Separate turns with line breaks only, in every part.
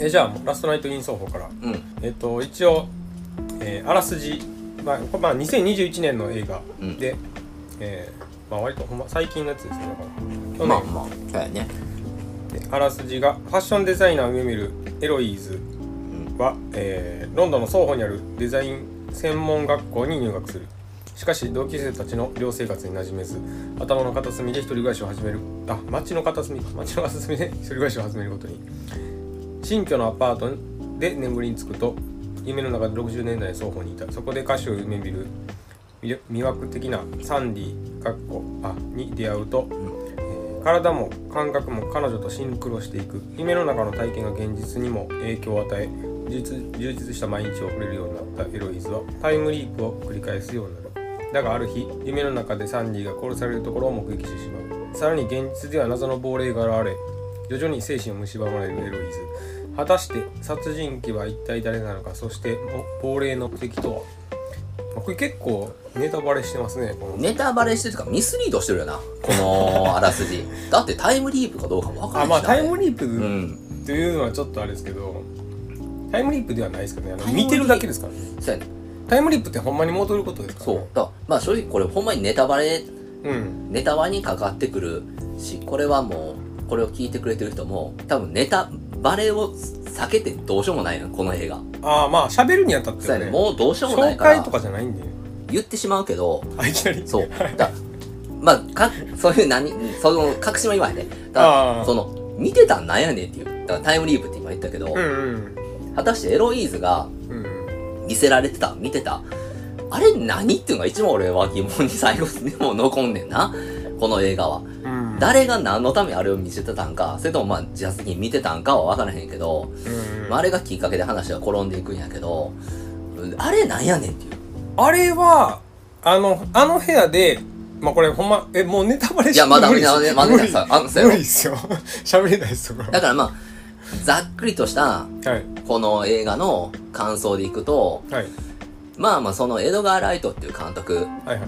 えじゃあラストナイトイン奏法から
うん
えっと一応、えーあらすじ、まあ、これまあ2021年の映画
うん
で、えーまあ、割とほんま最近のやつですねだから去年、
まあまあそうやね
であらすじがファッションデザイナーを夢見るエロイーズは、えーロンドンの双方にあるデザイン専門学校に入学するしかし同級生たちの寮生活に馴染めず頭の片隅で一人暮らしを始めるあ町の片隅町の片隅で一人暮らしを始めることに新居のアパートで眠りにつくと夢の中で60年代の双方にいたそこで歌手を夢見る魅力魅惑的なサンディかっこあに出会うと、えー体も感覚も彼女とシンクロしていく夢の中の体験が現実にも影響を与え充実充実した毎日を送れるようになったエロイズはタイムリープを繰り返すようになるだがある日夢の中でサンディが殺されるところを目撃してしまうさらに現実では謎の亡霊が現れ徐々に精神を蝕まれるエロイズ果たして殺人鬼は一体誰なのかそしても亡霊の敵とはまあこれ結構ネタバレしてますねこの
ネタバレしてるというかミスリードしてるよなこのあらすじ だってタイムリープかどうかも分から
あ
ない
まあ
しな
タイム
リ
リープ
うん
っていうのはちょっとあれですけどタイムリープではないですけどねあの見てるだけですからね
そうやね
タイムリープってほんまに戻ることですから、
そう
ね、
だからまあ正直これほんまにネタバレ
そううん
ネタバレにかかってくるしこれはもうこれを聞いてくれてる人も多分ネタバレを避けてどうしようもないのよこの映画
ああまあ喋るにあたって
そう
は
や
ね
ねもうどうしようもな
紹
いか
介
ら
とかじゃないんでね
言ってしまうけど
あいきなり
そうだまあかそういう何その隠しも言わへんねだか
あー
らその見てたんなんやねんっていうだからタイムリープって今言ったけど、
うんうん
果たしてエロイーズが
うんうん
見せられてた見てたあれ何っていうのが一番俺は疑問に最後にも残んねんなこの映画は
うん
誰が何のためにあれを見せてたんかそれともまあ自発的に見てたんかは分からへんけど、
うん
まあ、あれがきっかけで話が転んでいくんやけどうんあれなんやねんっていう
あれはあのあの部屋でまあこれほんまえもうネタバレ
いやまだ
無理です
まだま
無
だ
理
まだあそうやろ
無理っすよ 喋れないっすよこ
だ
れ
からまあざっくりとした
はい
この映画の感想でいくと
はい
まあまあそのエドガー・ライトっていう監督
はいはい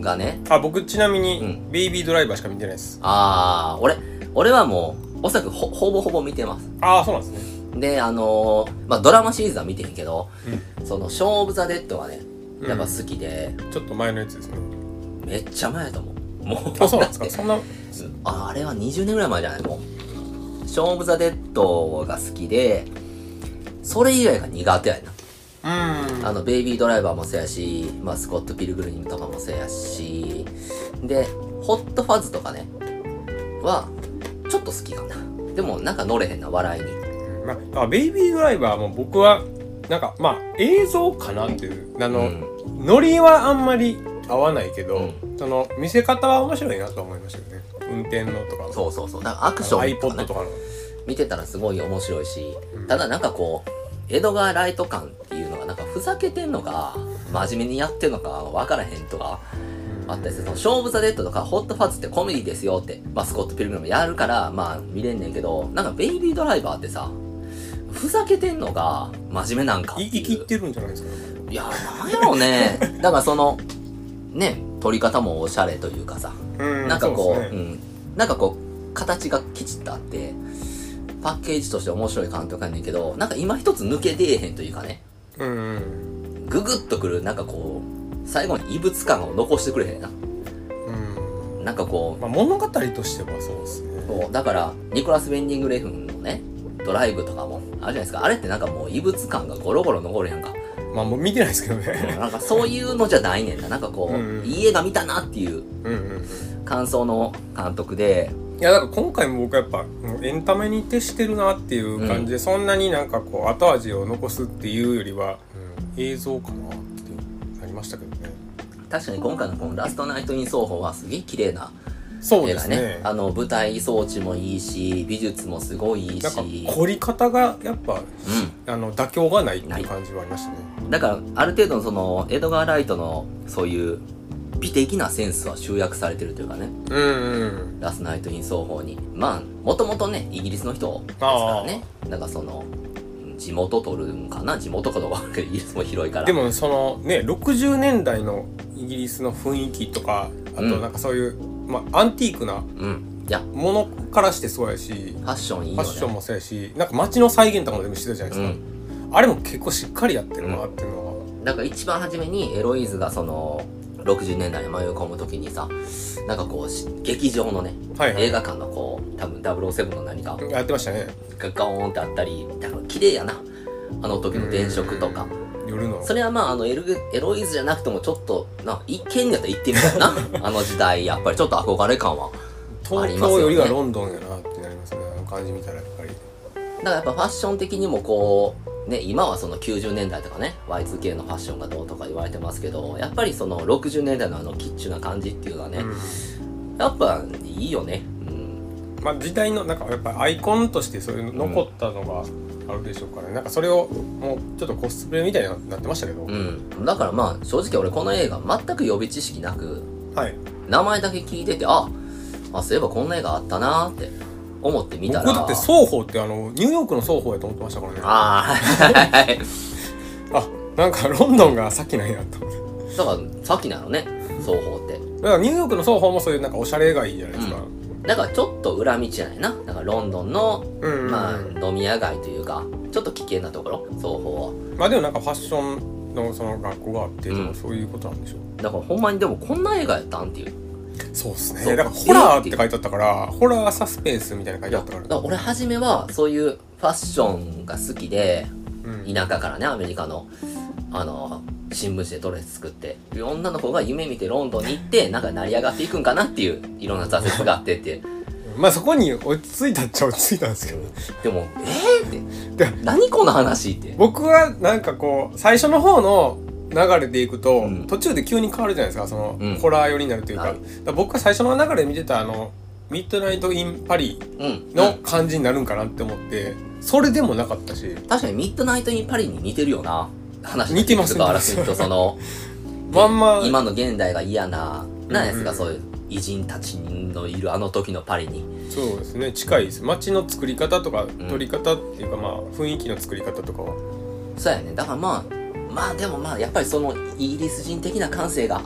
がね
あ僕ちなみに、
うん
ベイビードライバーしか見てないです
ああ俺俺はもうおそらくほほぼほぼ見てます
ああそうなんですね
であのーまあドラマシリーズは見てへんけど、その「ショー・オブ・ザ・デッド」がね
うん
やっぱ好きで、
ちょっと前のやつですね
めっちゃ前やと思うもう
あそうなんですか
だ
そんな
ってああれは20年ぐらい前じゃないもうショー・オブ・ザ・デッドが好きでそれ以外が苦手やな
うん
あの、ベイビードライバーもそうやし、まあ、スコット・ピルグルニムとかもそうやし、で、ホットファズとかね、は、ちょっと好きかな。でも、なんか乗れへんな、笑いに。
まああ、ベイビードライバーも僕はなんかまあ映像かなっていうあ
あ
の、ノリはあんまり合わないけど、
う
その見せ方は面白いなと思いましたよね運転のとか
そうそうそう。なんかアクションとか、
iPod
ね
と、かの
見てたらすごい面白いし
うん、
ただなんかこう、エドガー・ライト感っていうのが、なんかふざけてんのか、真面目にやってんのか、わからへんとか、あったりする。その、ショー・オブ・ザ・デッドとか、ホット・ファズってコメディですよって、まあ、スコット・ピルグラムやるから、まあ、見れんねんけど、なんか、ベイビードライバーってさ、ふざけてんのが、真面目なんか
い
い
生き
う
ってるんじゃないですか
いや、なんやろうね。だから、その、ね、撮り方もおしゃれというかさ、
うん
なんかこう、
そうですね
ん、なんかこう、形がきちっとあって、パッケージとして面白い監督やねんけど、なんか今一つ抜け出えへんというかね、
うんうん
ググッとくる、なんかこう、最後に異物感を残してくれへんな。
うん
なんかこう、
まあ、物語としてはそうですね
そうだからニコラス・ベンディング・レフンのねドライブとかもあるじゃないですかあれってなんかもう異物感がゴロゴロ残るやんか
まあもう見てないですけどね
なんかそういうのじゃないねんななんかこう、
うんうん
いい映画見たなっていう
うんうん
感想の監督で
いやだから今回も僕はやっぱうんエンタメに徹してるなっていう感じで、そんなになんかこう後味を残すっていうよりは、うん映像かなってなりましたけどね
確かに今回のこの「ラストナイト・イン・奏法」はすげえ綺麗な
そう
映
で
画
す
ね
ね
あの舞台装置もいいし美術もすごいいい
なんか
し
凝り方がやっぱあの妥協がないって
ない
いう感じはありましたね
うん、だからある程度のそのエドガー・ライトのそういう美的なセンスは集約されてるというかね
うんうん
ラスナイト・イン奏法にまあもともとねイギリスの人ですからねなんかそのうん地元取るんかな地元かどうかわかんないけどイギリスも広いから
でもそのね60年代のイギリスの雰囲気とかあと
うん
なんかそういう、まあ、アンティークな
うんいや
ものからしてそうやし
ファッションいい
フ
よ
ァ
ね
ッションもそうやしなんか街の再現とかも全部してたじゃないですか、あれも結構しっかりやってるなっていうのは、
うん、なんか一番初めにエロイーズがその60年代に迷い込む時にさなんかこうし劇場のね
はいはい
映画館のこう多分007の何か
やってましたね
がガオーンってあったり多分綺麗やなあの時の電飾とか
夜の
それはまああのエロエロイーズじゃなくてもちょっとな一見やったら行ってみたいな あの時代やっぱりちょっと憧れ感はあり
東
ます
京
よね
よりはロンドンやなってなりますねあの感じ見たらやっぱり
だからやっぱファッション的にもこう、ね、今はその90年代とかね、Y2K のファッションがどうとか言われてますけど、やっぱりその60年代のあのキッチュな感じっていうのはね、
う
やっぱいいよね。うん。
んまあ時代のなんかやっぱアイコンとしてそういうの残ったのがあるでしょうからね、なんかそれをもうちょっとコスプレみたいになってましたけど、
うん。だからまあ正直俺この映画全く予備知識なく、
はい
名前だけ聞いてて、あ、あそういえばこんな映画あったなーって思って見たら。
僕だって双方ってあのニューヨークの双方やと思ってましたからねあ
ああ、はい。
なんかロンドンがさっきなんやと思って
だからさっきなのね、双方って。
だからニューヨークの双方もそういうなんかおしゃれがいいじゃないですか、
だからちょっと裏道じゃないな。だからロンドンの
うん
まあ、飲み屋街というか、ちょっと危険なところ、双方は。
まあでもなんかファッションのその学校があってとか、
うん
そういうことなんでしょう
だからほんまにでもこんな映画やったんっていう。
そうです
そ
ね
う
だからホラーって書いてあったからホラーサスペンスみたいなの書いてあ
だ
っ
か
たから
ら俺初めはそういうファッションが好きで、
うん
田舎からね、アメリカの、あの、新聞紙でドレス作って、女の子が夢見てロンドンに行って、なんか成り上がっていくんかなっていう、いろんな挫折があってって いう。
まあそこに落ち着いたっちゃ落ち着いたんですけど
でも、えー、って
で、
何この話って。
僕はなんかこう最初の方の流れでいくと、
うん
途中で急に変わるじゃないですかその、
うん
ホラー寄りになるというか,、
はい
僕が最初の流れで見てたあのミッドナイト・イン・パリ
うん。
の感じになるんかなって思って、それでもなかったし
確かにミッドナイト・イン・パリに似てるよな。話
似てます
とか、あらすじとそ の、
まんま
今の現代が嫌な、なんですか、
うんうん
そういう偉人たちのいるあの時のパリに。
そうですね近いです街の作り方とか
ん
撮り方っていうか、まあ雰囲気の作り方とかは
そうやね。だからまあ、まあでもまあ、やっぱりそのイギリス人的な感性が、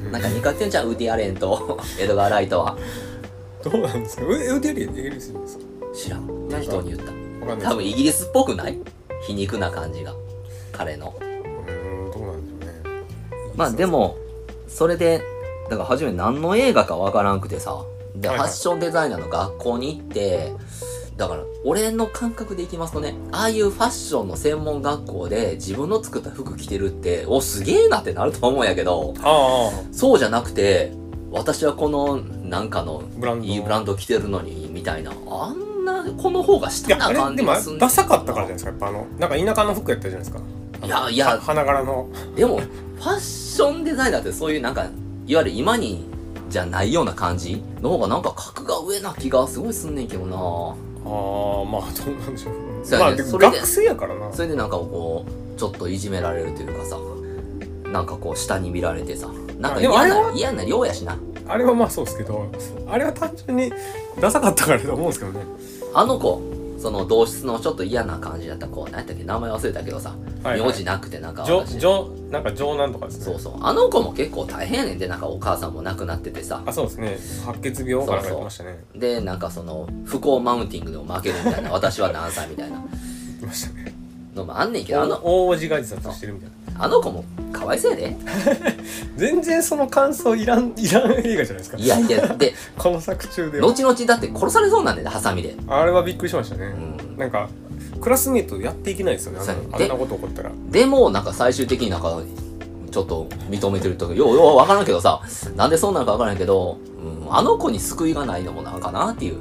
ん
なんか似通ってんじゃん、ウーディ・アレン とエドガー・ライトは。
どうなんですかウウデリエイギリス人ですか
知らん。適当に言った。
わかんない
多分イギリスっぽくない皮肉な感じが。彼の。
うーんどうなんでしょうね
まあでも、それで、だから初め何の映画かわからんくてさ、で、
はいはい
ファッションデザイナーの学校に行って、だから、俺の感覚でいきますとね、ああいうファッションの専門学校で自分の作った服着てるって、お、すげえなってなると思うんやけど、
ああ
そうじゃなくて、私はこの、なんかの、
ブランド
いいブランド着てるのに、みたいな、あんな、この方が
い
下
やあ
な
れ
感
で
じ
も
がすんねん
ダサかったからじゃないですかやっぱあのなんか田舎の服やったじゃないですか
いやいや
は花柄の
でも、ファッションデザイナーってそういうなんか、いわゆる今にじゃないような感じの方がなんか格が上な気がすごいすんねんけどな
ああまあどうなんでしょう
そう
ま
やね
あでも
それで
学生やからな
それでなんかこう、ちょっといじめられるというかさ、なんかこう下に見られてさ、なんか
あでもあ
嫌
れ
な
は、
嫌な量やしな。
あれはまあそうですけどあれは単純にダサかったからだと思うんですけどね
あの子、その同室のちょっと嫌な感じだった子、何やったっけ名前忘れたけどさ、
はいはい
名字なくてなんか
じょ
私
じょなんか城南とかですね
そうそう。あの子も結構大変やねんで、なんかお母さんも亡くなっててさ、
あそうですね白血病かなんかやってましたね
で、なんかその、不幸マウンティングでも負けるみたいな、私は何歳みたいな。
言ってましたね
のもあんねんけど、あの、
お王子が自殺してるみたいな
あの子もかわいそうやで。
全然その感想いらんいらん映画じゃないですか
いやいや、で、
この作中では
後々だって殺されそうなんだよね、ハサミで。
あれはびっくりしましたね、
ん
なんかクラスメートやっていけないですよねあん
そう
なあ
で
んなこと起こったら
でも、なんか最終的になんか、ちょっと認めてるとか、よう、ようわからんけどさ、なんでそうなのかわからんけど、うん、あの子に救いがないのもなんかなっていう。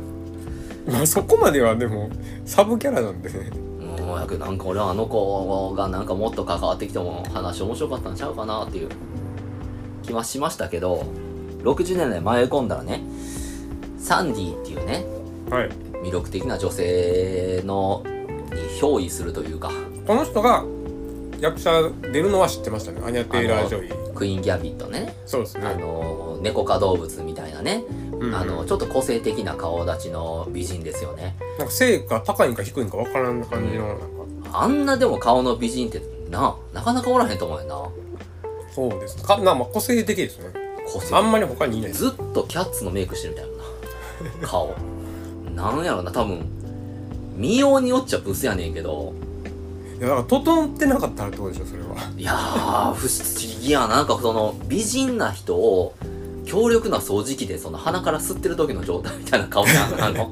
まあそこまではでもサブキャラなんでね
うん、やけどなんか俺はあの子がなんかもっと関わってきても話面白かったんちゃうかなっていう気はしましたけど、60年代迷い込んだらね、サンディっていうね、
はい
魅力的な女性のに憑依するというか
この人が役者出るのは知ってましたねアニャ・テイラー・ジョイ
クイーン・ギャビットね、
そうですね
あの猫科動物みたいなね、
うん
あのちょっと個性的な顔立ちの美人ですよね
なんか性が高いんか低いんかわからん感じのなんか、
あんなでも顔の美人ってななかなかおらへんと思うよな
そうですかなまあ個性的ですね
個性
あんまり他にいないです
ずっとキャッツのメイクしてるみたいな顔。なんやろな、多分、見ようによっちゃブスやねんけど、
いやだから整ってなかったらってことでしょそれはい
やー、不思議やな。なんかその、美人な人を、強力な掃除機で、その鼻から吸ってる時の状態みたいな顔じゃん、あの。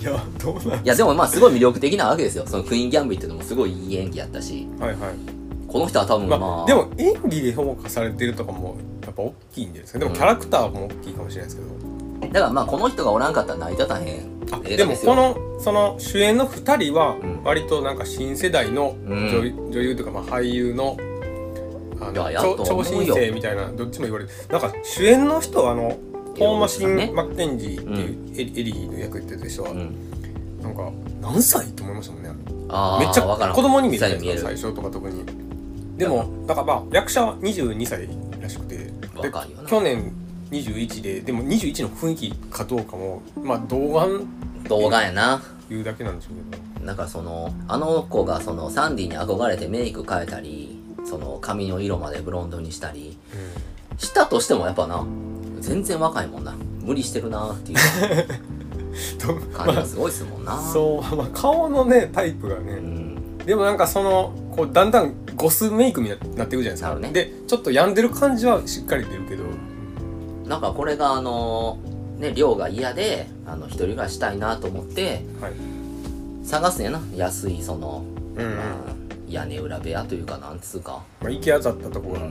いやどうなん
いや、でもまあ、すごい魅力的なわけですよ。そのクイーン・ギャンビットでもすごいいい演技やったし、
はいはい
この人は多分ま
ま
あ、
あ、でも演技で評価されてるとかもやっぱ大きいんじゃないですかでもキャラクターも大きいかもしれないですけど、
だからまあ、この人がおらんかったら泣いてたへん。
あ
映
で
画
も
です
こ
よ
のその主演の2人は
うん
割となんか新世代の
うん
女,、女優というかまあ俳優のあ
いや
の
やっと
超超
思う
新
よ
星みたいなどっちも言われてなんか主演の人はあのトーマシン・マッケンジーっていうエリエリーの役やってる人は
うん。
なんか何歳って思いましたもんねあれ
あー、
めっちゃ
わからん
子供に見えた
実際見え
や
る
つ最初とか特にでもだからまあ役者は22歳らしくてで
若いよな
去年21ででも21の雰囲気かどうかもまあ童顔
動画やな。
いうだけなんでしょうけど
なんかその、あの子がその、サンディに憧れてメイク変えたり、その、髪の色までブロンドにしたり、したとしてもやっぱな、全然若いもんな。無理してるなーってい う
うん
感じがすごいですもんな。
そう、まあ、顔のねタイプが
う
ね
ん。
でもなんかそのこうだんだんゴスメイクになっていくじゃないです
な
か、
るね
でちょっと病んでる感じはしっかり出るけど
なんかこれがあのーね、量が嫌で、あの、一人暮らししたいなと思って、
はい
探すねんな。安い、その、
うんうん
まあ、屋根裏部屋というか、なんつうか。
まあ、行き当たったとこ
う
が、
ん。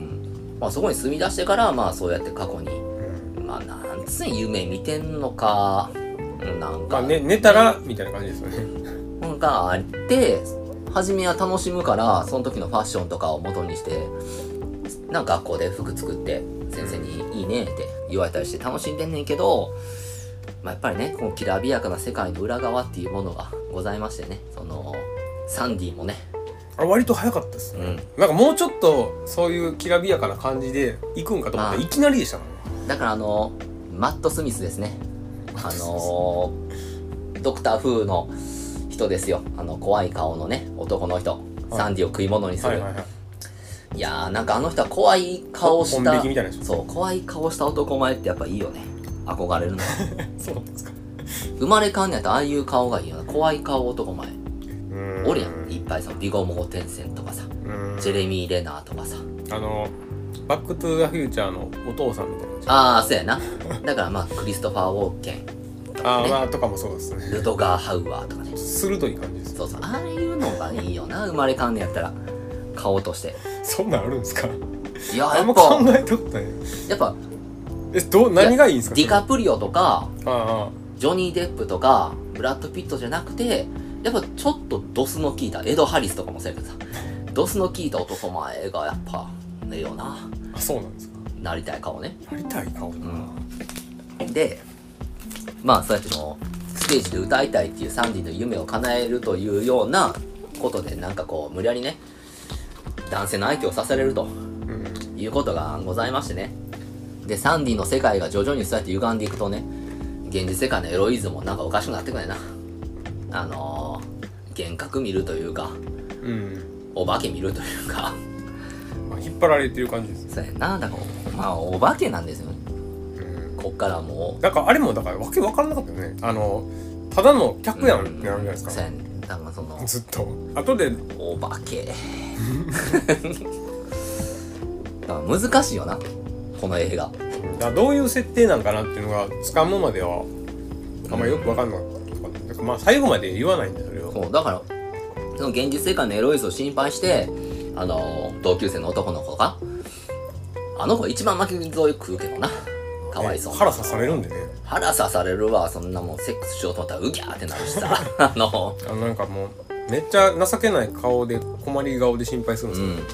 まあそこに住み出してから、まあそうやって過去に、
うん
まあなんつうん夢見てんのか、うんなん
ま
か、
あ、ね、寝たらみたいな感じですよね
なんかあって、初めは楽しむから、その時のファッションとかを元にして、なんか学校で服作って、先生にいいねって言われたりして楽しんでんねんけど、まあ、やっぱりね、このきらびやかな世界の裏側っていうものがございましてね、その、サンディもね、
あ割と早かったです
う
ね、
ん。
なんかもうちょっとそういうきらびやかな感じで行くんかと思った
ああ
らいきなりでしたからね
だからあの、マット・スミスですね。あのー、ドクター・フーの人ですよ。あの、怖い顔のね、男の人。
はい
サンディを食い物にする。
はい
い
はいはい
やー、なんかあの人は怖い顔し
本
た
引き、みたいな人
そう、怖い顔した男前ってやっぱいいよね。憧れるな。
そうなんですか
生まれ変わんねやったらああいう顔がいいよな。怖い顔男前。
うん
おるやん。いっぱいその、ビゴモゴ・テンセンとかさ、
うん
ジェレミー・レナーとかさ。
あのバック・トゥ・ザ・フューチャーのお父さんみたいな感
あー、そうやな。だからまあ、クリストファー・ウォーケン、
じああまあとかもそうですね
ルドガー・ハウアーとかね。
鋭い感じです
そうそう、ああいうのがいいよな、生まれ変わんねやったら。顔として。
そんなんあるんですか
いや、
あ
や
んま
っ
考
ぱ、
えとったね
やっぱ、
えどう何がいいんですか
ディカプリオとか、
それあ
ジョニー・デップとか、ブラッド・ピットじゃなくて、やっぱちょっとドスの効いた、エド・ハリスとかもそうやけどさ、ドスの効いた男前がやっぱ、ええよな、
ああそうなんですか
なりたい顔ね。
やりたい顔
うん。で、まあそうやっての、ステージで歌いたいっていうサンディの夢を叶えるというようなことで、なんかこう、無理やりね、男性の相手をさせれる
う
と。
ん
いうことがございましてね。で、サンディの世界が徐々にそうやって歪んでいくとね、現実世界のエロイズもなんかおかしくなってくるねんな。あのー、幻覚見るというか、
うん
お化け見るというか、
まあ引っ張られてる感じです
そうやな、だから、まあ、お化けなんですよね。
うん
こっからも
なんかあれもだからわけわからなかったよねあのただの
う。
客やんってな
う
るじゃないですか
そうやねん。だからその、
ずっと後で
お化け。 だから難しいよな、この映画。
だどういう設定なんかなっていうのが掴むまではあんまよく分かんなかっただからまあ最後まで言わないんだそれを
そうだからその現実世界のエロイズを心配してあの同級生の男の子があの子一番巻き添え食うけどなかわいそう
腹刺されるんでね
腹刺されるわそんなもんセックスしようと思ったらウギャーってなるし さあの
あのなんかもうめっちゃ情けない顔で困り顔で心配するんで
う
すよ、
ん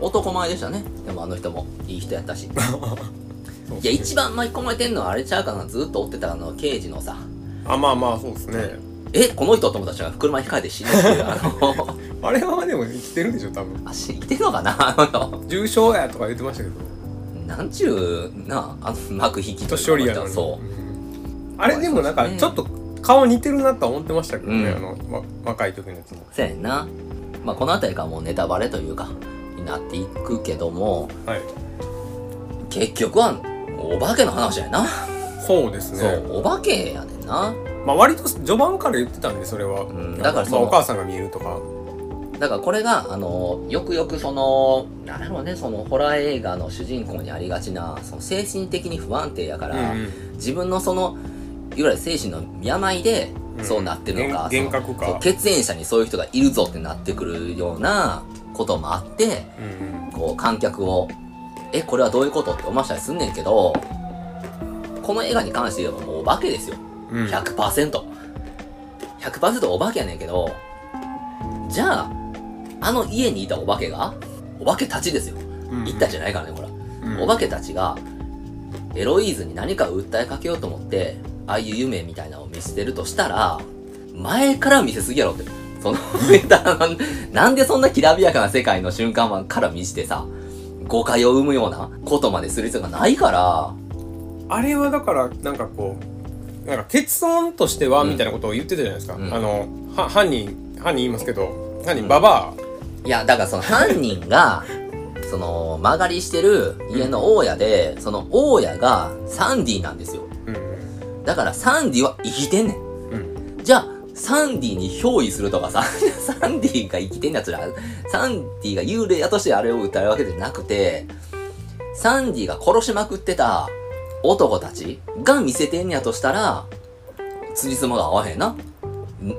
男前でしたねでもあの人もいい人やった し
そう
いや一番巻き込まれてんのはあれちゃうかなずっと追ってたあの刑事のさ
あまあまあそうですね
えこの人と思った人が車に控えて死ぬっていうあの
あれはでも生きてるんでしょ多分
あ死んでるのかなあの人
重症やとか言ってましたけど
なんちゅうなあの幕引きという
年
か
寄りやのに
そう
うんあれでもなんか
そうです
ちょ
ね
っと顔似てるなとは思ってましたけどね、
うん
あのわ若い時のやつも
そうやんな。まあ、この辺りからもうネタバレというか、になっていくけども、
はい
結局は、お化けの話やな。
そうです
そ
ね
う、お化けやねんな。
まあ割と序盤から言ってたんでそれは、
んだからそ
まあ、
の
お母さんが見えるとか
だからこれが、あの、よくよくその、なんやろうね、そのホラー映画の主人公にありがちな、その精神的に不安定やから、
うんうん
自分のその、いわゆる精神の病で、
うん
そうなってるのか、
幻幻覚か
そのそう血縁者にそういう人がいるぞってなってくるようなこともあって、
うんうん
こう観客を、え、これはどういうことって思わせたりすんねんけど、この映画に関して言えばもうお化けですよ。
うん
100%。100%お化けやねんけど、じゃあ、あの家にいたお化けが、お化けたちですよ。
うん
行ったじゃないからね、ほら。
うん
お化けたちが、エロイーズに何かを訴えかけようと思って、ああいう夢みたいなのを見せてるとしたら、前から見せすぎやろって。 そのなんでそんなきらびやかな世界の瞬間から見してさ、誤解を生むようなことまでする必要がないから、
あれはだからなんかこうなんか結論としては
うん
みたいなことを言ってたじゃないですか、
うん
あのは犯人犯人言いますけど犯
う
人
ん
ババ
いや、だからその犯人 が、その、曲がりしてる家の大家で、その大家がサンディなんですよ。
ア、うん
だからサンディは生きてんねん。
うん
じゃあ、サンディに憑依するとかさ、 サンディが生きてんやつら、サンディが幽霊やとしてあれを歌うわけじゃなくて、サンディが殺しまくってた男たちが見せてんやとしたら、辻褄が合わへんな。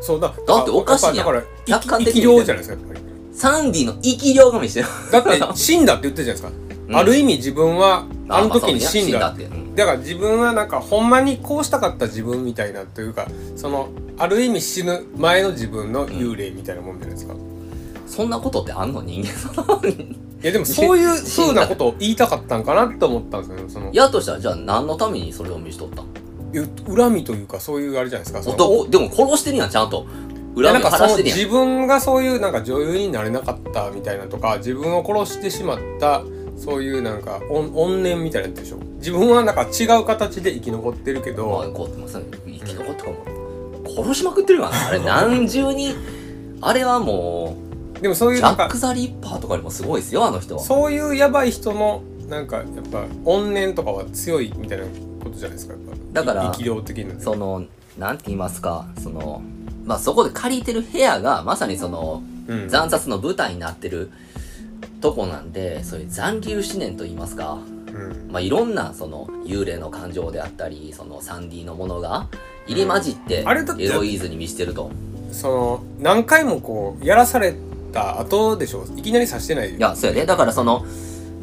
そうだ
だっておかしいやん
だからだ
客
から生
観的
き生き
に
量じゃないですかやっぱり
サンディの生き量が見せてる。
だって死んだって言ってるじゃない ですか、ある意味自分は あの時に死んだ
まあまあそうね死んだって。うん
だから自分はなんかほんまにこうしたかった自分みたいなというかそのある意味死ぬ前の自分の幽霊みたいなもんじゃないですか、い
そんなことってあんの人間
やでもそういう
死ん
風
だ
なことを言いたかったんかなって思ったんですよねその
やとしたら、じゃあ何のためにそれを見しとったん
う恨みというかそういうあれじゃないですかその
男、でも殺してるやん、ちゃんと。
いや
恨
な
み
んか
を晴らし
その
てるやん。
自分がそういうなんか女優になれなかったみたいなとか自分を殺してしまったそういうなんか怨怨念みたいなやつでしょ自分はなんか違う形で生き残ってるけ
まあ、
ど、
こうまあその生き残ったかも。殺しまくってるわな。あれ、 何重に。あれはも
でもそう
う、
いう
ジ
なん
ャッ
か
ク・ザ・リッパーとかよりもすごいですよ、あの人は。
そういうやばい人のなんかやっぱ怨念とかは強いみたいなことじゃないですかやっぱ
だから
力量的なね
その、なんて言いますか、その、まあ、そこで借りてる部屋が、まさにその、
うん
残殺の舞台になってるとこなんで、そういう残留思念と言いますか、
うん
まあ、いろんなその幽霊の感情であったりそのサンディのものが入り混じって
んあれだって
エロイーズに見してると
その何回もこうやらされた後でしょいきなり刺してない
いやそうやねだからその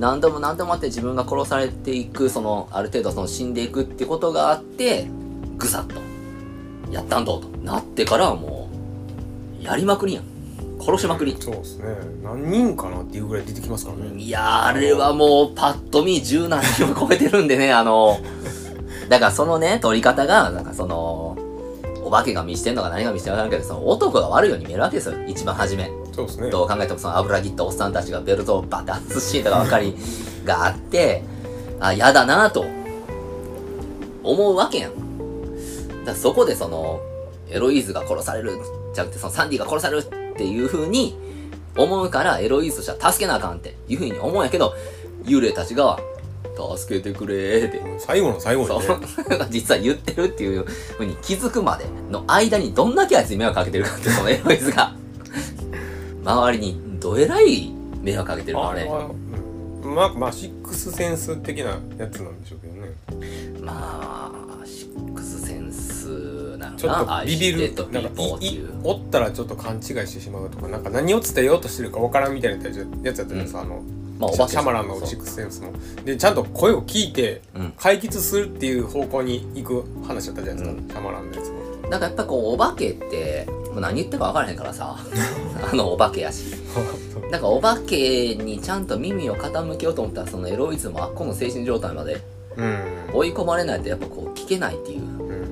何度も何度もあって自分が殺されていくそのある程度その死んでいくってことがあってぐさっとやったんだとなってからはもうやりまくりやん殺しまくり
そうですね何人かなっていうぐらい出てきますからね、
いやーあれはもうパッと見十何人を超えてるんでね、あ の、だからそのね、撮り方が、なんかその、お化けが見してんのか何が見してんのかわからんけど、その男が悪いように見えるわけですよ、一番初め。
そうですね
どう考えてもその油切ったおっさんたちがベルトをバタッとシーンとかばかりがあって、あ、やだなぁと、思うわけやん。だからそこでその、エロイーズが殺される、じゃなくてそのサンディが殺されるっていう風に思うから、エロイーズとしては助けなあかんっていう風に思うんやけど、幽霊たちが、助けてくれーって、
最後の最後に、ね、
そう 実は言ってるっていうふうに気づくまでの間にどんだけあいつに迷惑かけてるかってそのエロイズが 周りにどえらい迷惑かけてるか
あ
ら
れ
ね
は、うんまあまあシックスセンス的なやつなんでしょうけどね
まあシックスセンスなの
ちょ
か
っ
な
と
愛
ビビ
し
る
てとピ
なん
ーポ
か
ーって
い
い
いうおったらちょっと勘違いしてしまうとかなんか何を伝えようとしてるかわからんみたいなやつやつやったじゃないですか、あの
まあお
シャ
化
シ
け
ャマランのシックスセンスもでちゃんと声を聞いて
うん
解決するっていう方向に行く話だったじゃないですか、
う
シャマランのや つも
なんかやっぱこうお化けってもう何言ってるか分からへんか らさあのお化けやしなんかお化けにちゃんと耳を傾けようと思ったらそのエロイズもあっこの精神状態まで
うん
追い込まれないとやっぱこう聞けないっていう
うん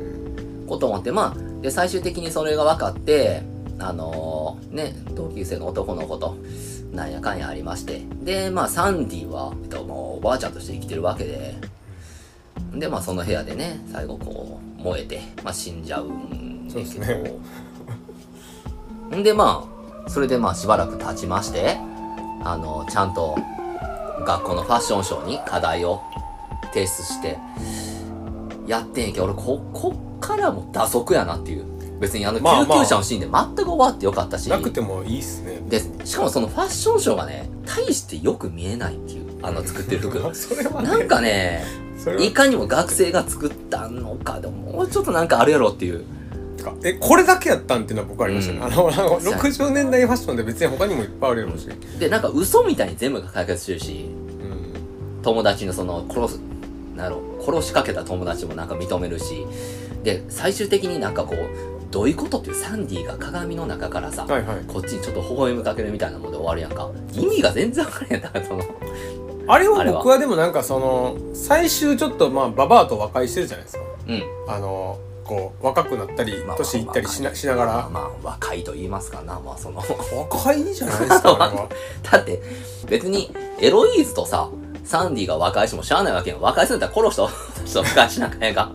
こともあって、まあ、で、最終的にそれが分かって、あのーね、同級生の男の子と、なんやかんやありまして。で、まあ、サンディは、えっと、もう、おばあちゃんとして生きてるわけで、で、まあ、その部屋でね、最後こう、燃えて、まあ、死んじゃうんだけど。
そうです
んで、まあ、それでまあ、しばらく経ちまして、あの、ちゃんと、学校のファッションショーに課題を提出して、やってんやけど、俺、こ、こっからも打足やなっていう。別にあの、
まあまあ
救急車のシーンで全く終わってよかったし。
なくてもいいっすね
で、しかもそのファッションショーがね、大してよく見えないっていう、あの作ってる 服。
それはね
なんかね、
それはい
かにも学生が作ったのか、でももうちょっとなんかあるやろっていう。
えこれだけやったんっていうのは僕ありましたね、
うん
あのなんか60年代ファッションで別に他にもいっぱいあるやろうし、
で、なんか嘘みたいに全部が解決してるし、
うん、
友達のその殺す、なんやろ、殺しかけた友達もなんか認めるし、で、最終的になんかこう、どういうことっていうサンディが鏡の中からさ、
はいはい
こっちにちょっと微笑みかけるみたいなもんで終わるやんか。意味が全然わからへんやんだから、その、
あれ
あれ
は
は
僕はでもなんかその最終ちょっとまあババアと和解してるじゃないですか
うん。
あのこう若くなったり
まあ
年いったりしなしなが
まあ
ら
まあ、若いと言いますかな、まあその。
若いじゃないですかあれは
だって、別に、エロイーズとさ、サンディが和解してもしゃあないわけやん。和解するんだったら殺した人と 和解しなあかんやんか。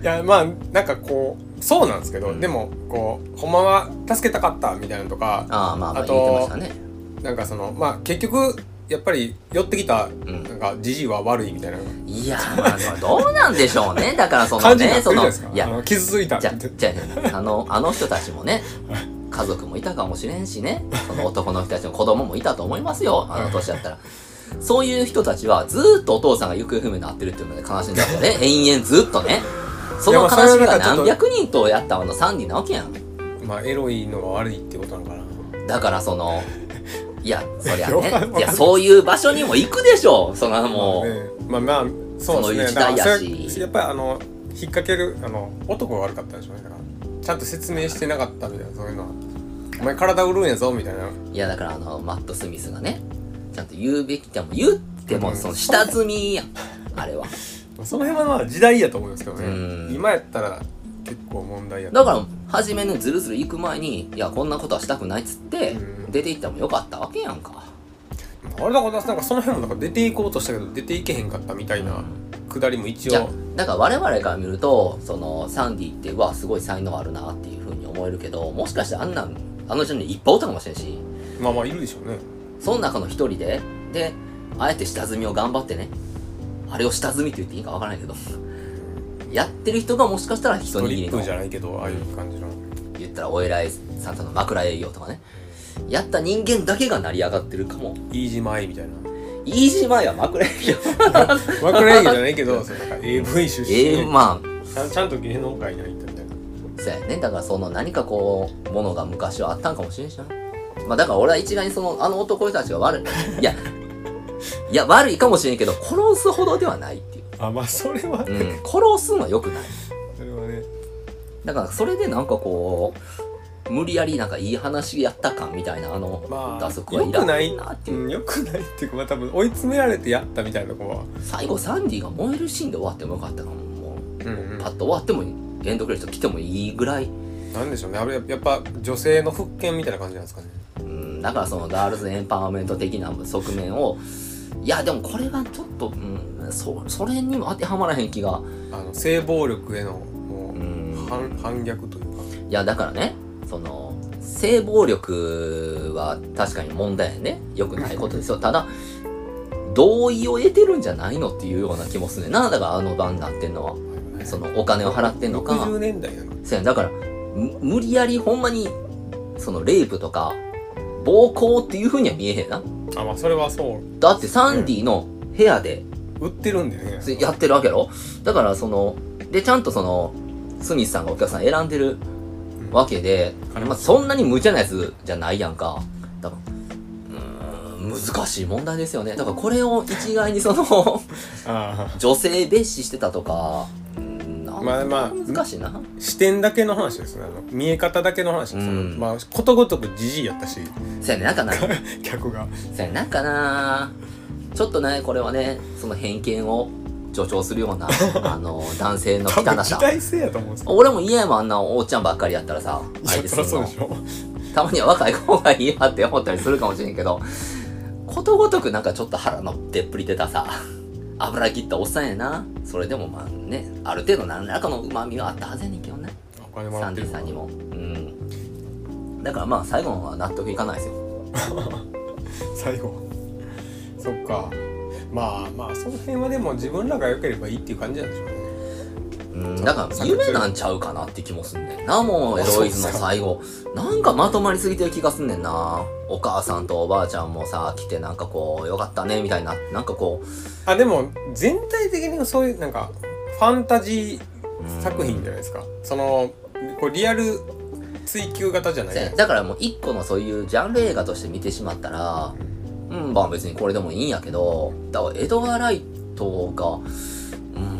いやまあなんかこうそうなんですけど、
うん
でもこうほんまは助けたかったみたいなのとか
ああ、まあまあ
あと
言ってましたね。
なんかそのまあ結局やっぱり寄ってきた
うん
なんかじじいは悪いみたいない
や、まあでもどうなんでしょう ね。だからその
感じにな
ね、
って
そ
るじゃない
の
ですか、、
い
あ
や、
の傷ついたっ
じゃ、
て
じゃあ、あの、あの人たちもね、家族もいたかもしれんしね、その男の人たちの子供もいたと思いますよ、あの年だったら。そういう人たちは、ずーっとお父さんが行方不明になってるっていうので悲しんでるよ ね。延々ずっとね。その悲しみが何百人とやったあのサンディなわけやん。
まあエロいのが悪いってことなのかな
だからその、いや、そり ゃ
いやわかん
ね、
ない
いや、そういう場所にも行くでしょう、そのもう。
まあ、ね、まあまあそうですね
その一台やし
だからそれやっぱりあの引っ掛けるあの男が悪かったんでしょうねだからちゃんと説明してなかったみたいなそういうのはお前体売るんやぞみたいない
や、だからあの、マット・スミスがね、ちゃんと言うべきでも言っても、その下積みやん。あれは。
その辺はまあ時代やと思うんですけど
うん
ね今やったら結構問題や
だから、初めね、ずるずる行く前に、いや、こんなことはしたくないっつって
う、ん
出て行ったもよかったわけやんか。
らあれだからなんかその辺もなんか出ていこうとしたけど出ていけへんかったみたいなくだりも一
いや
応、
だから我々から見ると、その、サンディって、うわ、すごい才能あるなっていうふうに思えるけど、もしかしてあんなん、あの人にいっぱいおったかもしれんし、
まあまあいるでしょうね
その中の一人で、で、あえて下積みを頑張ってね、あれを下積みって言っていいかわからないけど、やってる人がもしかしたら一
ト
握
リ
り
ップ
の
じゃないけどああいう感じの
言ったらお偉いさんとの枕営業とかねやった人間だけが成り上がってるかも
イージーマイみたいな
イージーマイは枕営業
枕営業じゃないけ どそのなんか AV 出身
ええ
で
まあ
ちゃんちゃんと芸能界に入ったみたいな
そうやねだからその何かこうものが昔はあったんかもしれんしなまあだから俺は一概にそのあの男たちが悪い いやいや悪いかもしれんけど殺すほどではないっていう、
あまあそれは、
うん、殺すのは良くない
それはね
だからそれでなんかこう無理やりなんかいい話やった感みたいなあの、
ま
打足
あ
は
よ
いら
く
な
ないい
なっていう、
うんよくないっていうかまあ多分追い詰められてやったみたいな子は
最後サンディが燃えるシーンで終わってもよかったかももう、
うんうん
パッと終わってもエンドクレジット来てもいいぐらい、
なんでしょうねあれやっぱ女性の復権みたいな感じなんですかね
うん、だからそのガールズエンパワーメント的な側面をいやでもこれはちょっと、うん、そそれにも当てはまらへん気が、
あの性暴力へのも
う
う、
ん、
反反逆というか
いやだからねその性暴力は確かに問題やねよくないことですよただ同意を得てるんじゃないのっていうような気もするねんなだからあの番になってんのはそのお金を払ってんのか
60年代なの
せやだからむ無理やりほんまにそのレイプとか暴行っていう風には見えへんな
あまあそれはそう
だってサンディの部屋で
売ってるんでね
つやってるわけやろだからそのでちゃんとそのスミスさんがお客さん選んでるわけで、
うん
まあ、そんなに無茶なやつじゃないやんかだからうーん難しい問題ですよねだからこれを一概に その
あ
女性蔑視してたとかうーんなん
まあまあ
難しいな
視点だけの話ですねあの見え方だけの話です、
うん
まあことごとくじじいやったし
せやねなんかな
客が
そやなんかなちょっとねこれはねその偏見を助長するよう なあの男性の
多分
汚
時
さ
代性やと思うんですよ
俺も嫌やもんあんなおっちゃんばっかりやったらさ
い
あれで
やそりゃ
すけど
そうでしょ
たまには若い方がいいやって思ったりするかもしれんけどことごとくなんかちょっと腹の出っぷり出たさ油切ったおっさんやなそれでもまあねある程度何らかの旨味はあったはずやねんけどね
お金もら
サ
っ
ン
て
デ
る
ィさんにもうんだからまあ最後は納得いかないですよ
最後そっかまあまあその辺はでも自分らが良ければいいっていう感じなんでしょうね
ううん、だから夢なんちゃうかなって気もすんねんな、もうエロイズの最後。なんかまとまりすぎてる気がすんねんな。お母さんとおばあちゃんもさ、来てなんかこう、よかったね、みたいな。なんかこ
あでも全体的にそういうなんかファンタジ
う。
ー作品じゃない
い
ですか、そのこうリアル追求型じゃないじゃないですか
だからもう一個のそういうジャンル映画として見てしまったら、うん、まあ別にこれでもいいんやけど、だからエドガー・ライトが、う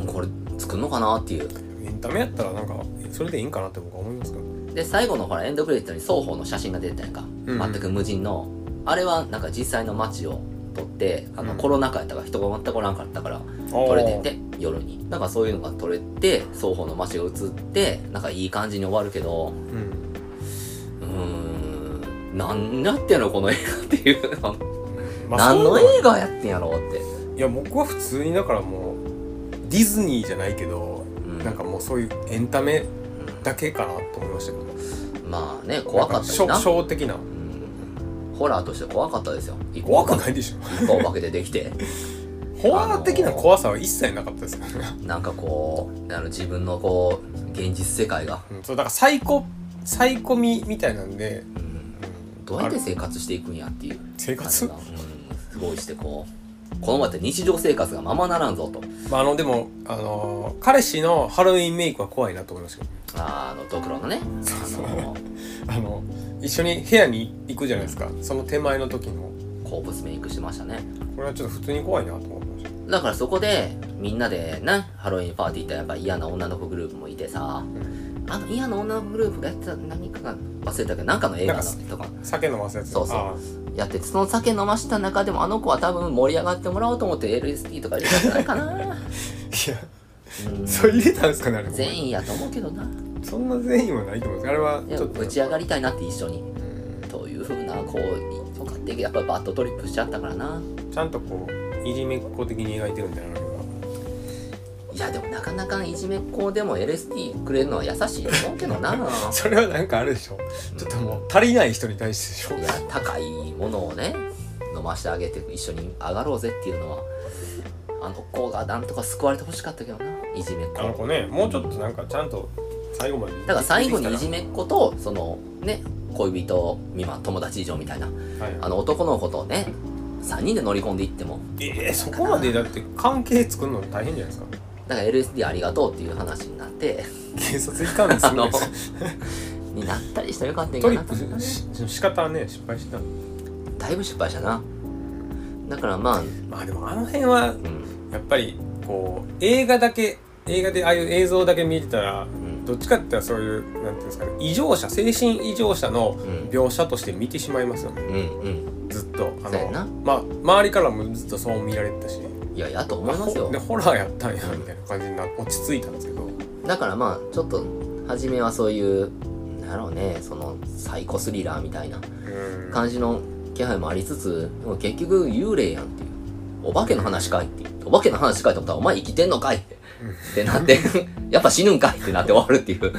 ん、これ作んのかなっていう。
エンタメやったらなんかそれでいいんかなって僕は思いますから
で最後のほらエンドクレジットに双方の写真が出てたやんか、
うん
全く無人のあれはなんか実際の街を撮ってあの、
うん
コロナ禍やったから人が全くおらんかったから撮
撮
れてて夜になんかそういうのが撮れて双方の街が映ってなんかいい感じに終わるけ
う
ど
ん
うーんなんやってんのこの映画っていうの、
まあ
何の
そういう
映画やってんやろうって、
いや僕は普通にだからもうディズニーじゃないけど
うん
なんかもうそういうエンタメだけかなと思いましたけど
うんまあね怖かったし
な
なん
ショー的な
うんホラーとして怖かったですよ
怖く
い
ないでしょ
一個お化けでできて
ホラー的な怖さは一切なかったですからね、
なんかこう、あの自分のこう、現実世界が、
うんそうだからサイコサイコミみたいなんで、
うん
うん
どうやって
ある
生活していくんやっていう
生
感じ
活
が、うん、すごいしてこう、このままだって日常生活がままならんぞと、
まああのでもあのー彼氏のハロウィンメイクは怖いなと思いましたけ
あの、ドクロのね、あ
ど
の、
あの一緒に部屋に行くじゃないですかその手前の時の
好物メイクしてましたね。
これはちょっと普通に怖いなと思いました
だからそこで、みんなでね、ハロウィンパーティー行ってやっぱ嫌な女の子グループもいてさ、あの嫌な女の子グループがやってた何かが忘れたけど、なんかの映画だったとか、
酒飲ませやつ
そうそう
あ
やってて、その酒飲ました中でもあの子は多分盛り上がってもらおうと思って LSD とか入れたんじゃないかな。
ーいや
うん
そう入れたんですかねあれ
全員やと思うけどな
そんな全員はないと思うんですあれは
で
ち
も
ょっと
打ち上がりたいなって一緒に
うん
というふうなこうとかってやっぱバットトリップしちゃったからな
ちゃんとこういじめっ子的に描いてるんだよなあれはい
やでもなかなかいじめっ子でも LSD くれるのは優しいと思うけどな
それはなんかあるでしょちょっともう足りない人に対して
い
でし
や高いものをね飲ましてあげて一緒に上がろうぜっていうのはあの子がなんとか救われてほしかったけどないじめっ
ょあの子
子
ねもうちょっとなんかちゃんと最後まで
だから最後にいじ
め
めっ子とそのね恋人未満友達以上みたいな
はい
あの男の子とね3人で乗り込んでいっても
えー、そこまでだって関係作るの大変じゃないですか
だから LSD ありがとうっていう話になって、
警察行かんですよ、ね
あ、になったりしたらよかったんや
ト
け
リ
どな
ップしし仕方はね失敗した
だいぶ失敗したな。だからまあ、う
まあでもあの辺は
ん、
やっぱりこう映画だけ映画でああいう映像だけ見てたら
うん、
どっちかって言ったらそういうなんていうんですかね異常者精神異常者の
うん、
描写として見てしまいますよね
うん、うん。
ずっとあ
そうや
の
な
まあ周りからもずっとそう見られてたし
いや、やと思いますよ
で。ホラーやったんやみたいな感じにな落ち着いたんですけど
だからまあ、ちょっと、初めはそういう、なんやろうね、その、サイコスリラーみたいな
うん
感じの気配もありつつ、でも結局幽霊やんっていう。お化けの話かいっていう。お化けの話かいと思ったら、お前生きてんのかいって
うん
って なって、やっぱ死ぬんかいってなって終わるっていう。うん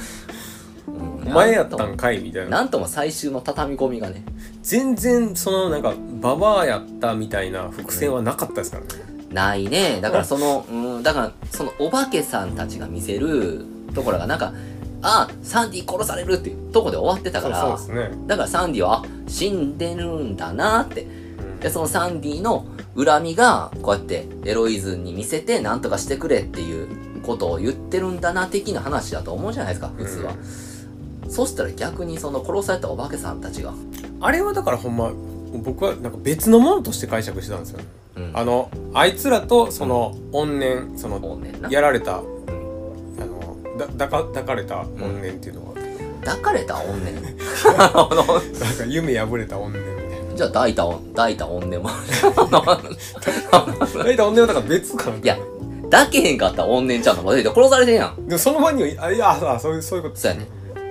前やったんかいみたいな
なんとも最終の畳み込みがね、
全然そのなんかババアやったみたいな伏線はなかったですからね
ないね。だからその、うん、だからそのお化けさんたちが見せるところがなんか、あ、サンディ殺されるっていうとこで終わってたから、
そうそうですね
だからサンディは、あ死んでるんだなって。
うん
で、そのサンディの恨みが、こうやってエロイズに見せて、なんとかしてくれっていうことを言ってるんだな、的な話だと思うじゃないですか、普通は。そしたら逆にその殺されたお化けさんたちが、
あれはだからほんま僕はなんか別のものとして解釈してたんですよね
うん、
あのあいつらとその怨念その
おんねんな。
やられたあ
うん
のだ抱か抱かれた怨念っていう のが、
抱かれた怨念 あの
なんか夢破れた怨念みたいな
じゃあ抱いたお抱いた怨念も
抱いた怨念はだから別かない
いや抱けへんかった怨念ちゃんのもで殺されてんやん
でもその場にはいあいやあそういうそういうこと
そうやね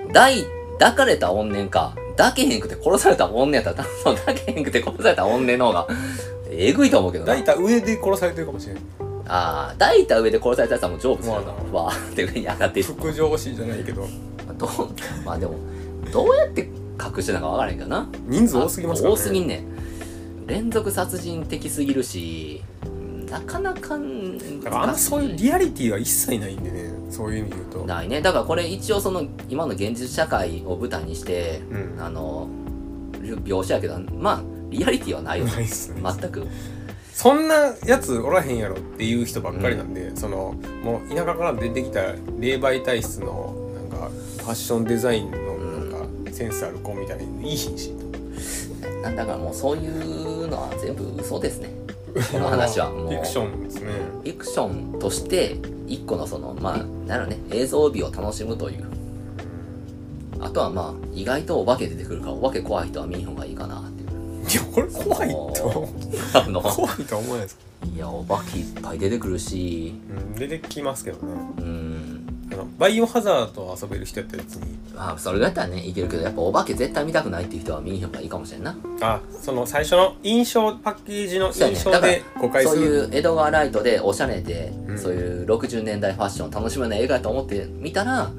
抱い抱かれた怨念か抱けへんくて殺された怨念やったら 多分抱けへんくて殺された怨念の方がえぐいと思うけどな
抱いた上で殺されてるかもしれない
ああ抱いた上で殺されたやつはもう成仏する
まあ
のわーって上に上がっていく
副上司じゃないけど
どうまあでもどうやって隠してたのか分からへんけどな
人数多すぎますから、
多
ね、
すぎんねん連続殺人的すぎるしなかなかん
だからあんまそういうリアリティは一切ないんでねそういう意味で言うと
ないねだからこれ一応その今の現実社会を舞台にして、
うん
あの描写やけどまあリアリティはないよ
ないっすね
全く
そんなやつおらへんやろっていう人ばっかりなんで、そのもう田舎から出てきた霊媒体質のなんかファッションデザインの
うん
なんかセンスある子みたいにいいし
なんだからもうそういうのは全部嘘ですねこの話は
フ
もう
ィクションですね
フィクションとして一個のそのまあなるね映像美を楽しむというあとはまあ意外とお化け出てくるからお化け怖い人は見ん方がいいかなっていう
いやこれ怖いと
あの
怖いとは思わないですか、
いやお化けいっぱい出てくるし
うん、出てきますけどね
うん
あのバイオハザードを遊べる人やったら別に
まあそれだったらねいけるけどやっぱお化け絶対見たくないっていう人は見ん方がいいかもしれんな
あその最初の印象パッケージの
そうや
印
ね
象
だから
で誤解
そ
す
う
る
いう江戸川ライトでおしゃれで、
うん
そういう60年代ファッション楽しむような映画やと思って見たら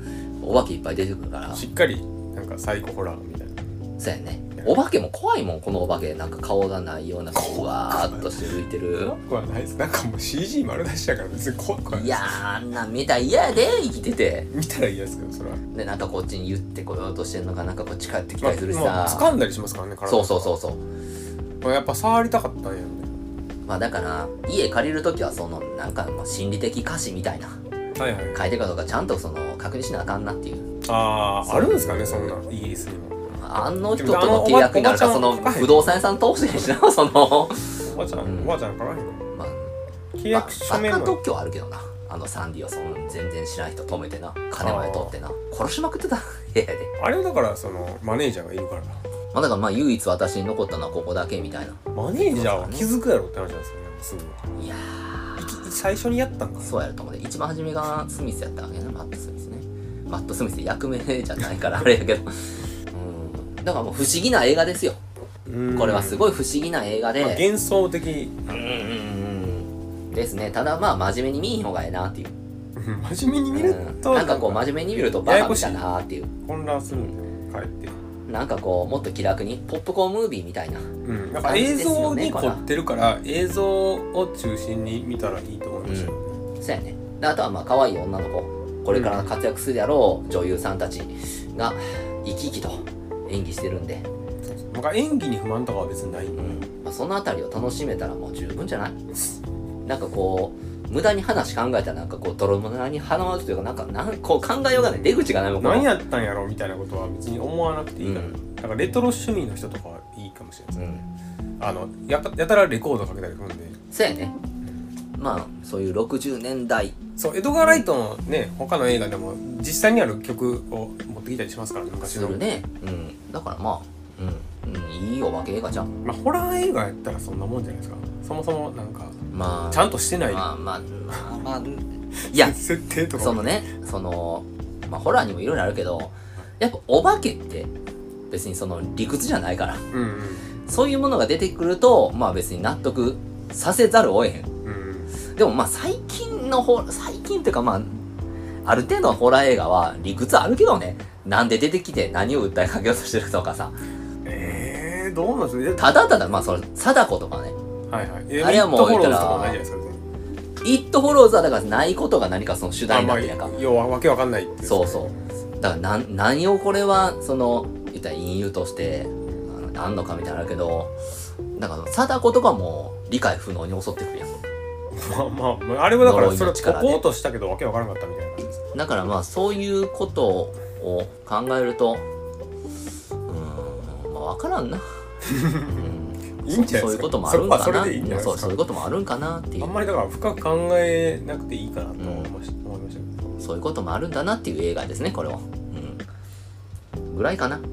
お化けいっぱい出てくるから
しっかりなんかサイコホラーみたいな
そうやねお化けも怖いもんこのお化けなんか顔がないようなふわーっとして浮いてる
怖くはないですなんかもう CG 丸出しだから別に怖くはない
いやーあんなん見たら嫌やで生きてて
見たらいいですけどそれは
でなんかこっちに言ってこようとしてんのかなんかこっち帰ってき
ま
た
あ、
りするしさ、
まあ掴んだりしますからね体
そうそうそうそう
う、まあ、やっぱ触りたかったんやみ
まあだから家借りる時はそのなんかまあ心理的歌詞みたいな
たいなはいはい
書いてるかどうかちゃんとその確認しなあかんなっていう
ああ
そう
あるんですかねそんなイギリスにも
あの人との契約になるか、
で
そ
もあの
の
おばおばちゃん
不動産屋さん通してにしな、 その、
おばあちゃん、
うん
おばあちゃんからへんの
まあ、
契
バ
約書面
カ
の
特許はあるけどな。あのサンディをその全然知らない人止めてな、金まで取ってな、殺しまくってた 部屋で。
あれはだからそのマネージャーがいるから
まあだからまあ唯一私に残ったのはここだけみたいな。
マネージャーは気づくやろって話なんですよねすぐはい
や
いき最初にやったんか
ー、
な
そうやると思うね。一番初めがスミスやったわけね、マット・スミスね。マット・スミスって役名じゃないからあれやけど。うん。だからもう不思議な映画ですよ。
うん
これはすごい不思議な映画で。
まあ幻想的
うんうんうん。ですね。ただまあ真面目に見ん方がええなっていう。
うん 真面目に見ると
なんかこう真面目に見るとバカみたいなーっていう
混乱するんだよ帰って
なんかこうもっと気楽にポップコーンムービーみたいな
うんなんか映像に凝ってるから映像を中心に見たらいいと思いましたよ
そうやねであとはまあ可愛い女の子これから活躍するであろう女優さんたちが生き生きと演技してるんで、
なんか演技に不満とかは別にない、
うんまあ、そのあたりを楽しめたらもう十分じゃないなんかこう無駄に話考えたらなんかこう泥沼に鼻を打つというかなんかなんこう考えようがない出口がないもん
何やったんやろみたいなことは別に思わなくていいから、
う
だからレトロ趣味の人とかはいいかもしれないです、
うん
あのやたやたらレコードかけたりするんで
そうやねまあそういう60年代
そうエドガー・ライトのね他の映画でも実際にある曲を持ってきたりしますからね昔
す
の
るね、うん、だからまあ、うんうん、いいお化け映画じゃん
まあ、ホラー映画やったらそんなもんじゃないですかそもそもなんか
まあ
ちゃんとしてない、
まあまあまあ、まあ、 いや
設定とか
そのねその、まあ、ホラーにもいろいろあるけどやっぱお化けって別にその理屈じゃないから
うんうん
そういうものが出てくるとまあ別に納得させざるを得へん
うんうん
でもまあ最近のホ最近っていうかまあある程度のホラー映画は理屈あるけどねなんで出てきて何を訴えかけようとしてるとかさ
えー、どうなんですか
ただただまあその貞子とかね
はいはいえ
あれはもう
ミッドフォローズとか
言うた
ないじゃな
ら
いですか全
「イット・フォローズ」はだからないことが何かその主
然
題になってるやん
あ
か
まあ要はわけわかんないってい
そうそうだからなん何をこれはその言ったら隠喩としてあのあんのかみたいなのあるけどだから貞子とかも理解不能に襲ってくるやん
まあまあまあ、あれはだから
呪い
それ
の
を
力
解
で
こうとしたけどわけわからなかったみたいな感じです
だからまあそういうことを考えるとうーんまあ分からんな うん
いいんじゃないですか
そういうこともあるんかな
それはそれでいいんじゃないですか
そうそういうこともあるんかなってい
あ
うん
まりだから深く考えなくていいかなと思いました,、思いましたけ
そういうこともあるんだなっていう映画ですねこれはうんぐらいかな
ど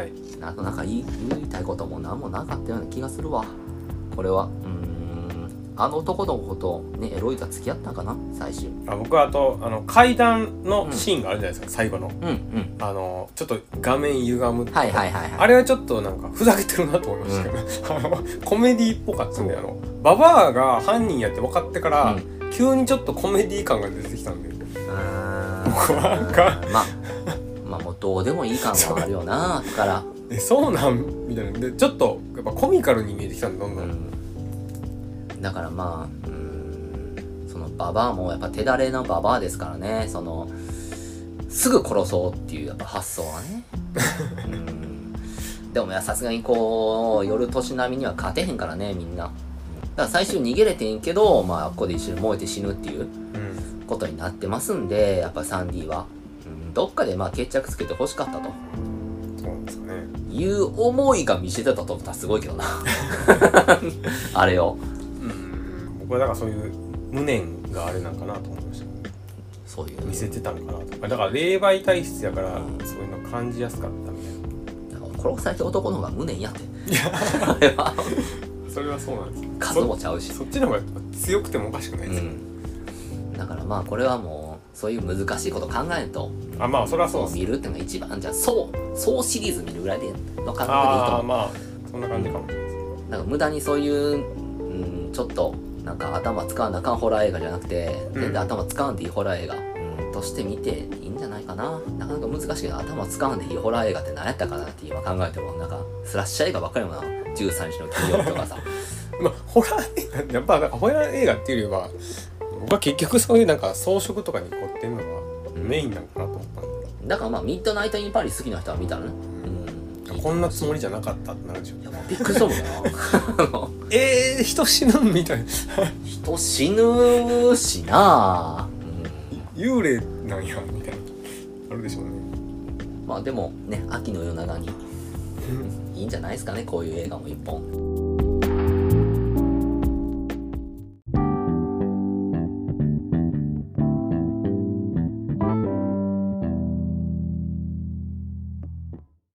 はい
あとなんか言い言いたいことも何もなかったような気がするわ。これは、うーん、あの男の子とね、エロイが付き合ったんかな最終。
あ僕はあとあの階段のシーンがあるじゃないですか、最後の
うんうん。
あのちょっと画面歪むって
はいはいはいはい。
あれはちょっとなんかふざけてるなと思いましたけど、あの コメディっぽかったんであのババアが犯人やって分かってから、
う
急にちょっとコメディ感が出てきたんで
僕
は なんか
まあ、まあもうどうでもいい感はあるよな、だから。
えそうなんみたいなでちょっとやっぱコミカルに見えてきたんでどん
う
どん、
ん。だからまあ、うーん、そのババアもやっぱ手だれのババアですからね、その、すぐ殺そうっていうやっぱ発想はね。うん。でもや、さすがにこう、夜年並みには勝てへんからね、みんな。だから最終逃げれてんけど、まあ、ここで一緒に燃えて死ぬっていう
うん
ことになってますんで、やっぱサンディは。うん、どっかでまあ決着つけて欲しかったと
そうなんですかね
いう思いが見せてたと思ったらすごいけどな。 あれを。
うん僕はだからそういう無念があれなんかなと思いました
そういう。
見せてたのかなとだから霊媒体質やから
うん
そういうの感じやすかったみたい
殺された男の方が無念やって。あ れは、
なそれはそうなんです
数もちゃうし
そ。そっちの方が強くてもおかしくないうですか、
ん。だからまあ、これはもう、そういう難しいこと考えんと、
あまあそれはそうです
見るっていうのが一番、じゃあ、そう、そうシリーズ見るぐらいで、の感覚でいいと
ああ
思う。
まあそんな感じかもしれないですね
なんか無駄にそういう、うん、ちょっと、なんか頭使わなあかんホラー映画じゃなくて、
うん
全然頭使わんでいいホラー映画、うん、として見ていいんじゃないかな。なかなか難しいけど、頭使わんでいいホラー映画って何やったかなって今考えても、なんか、スラッシャー映画ばっかりやもんな。13日の金曜日とかさ。
まあ、ホラー映画やっぱなんかホラー映画っていうよりは僕は結局そういうなんか装飾とかに凝ってんのがメインなのかなと思ったんで
だからまあ、ミッドナイト・イン・パリ好きな人は見たらね。うん。
こんなつもりじゃなかったってなるでしょ
いや、もうびっくりしたもんな。あの
えー、人死ぬんみたいな
人死ぬしな
幽霊なんやみたいなあるでしょうね
うん。まあでも、ね、秋の夜長に、いいんじゃないですかね、こういう映画も一本。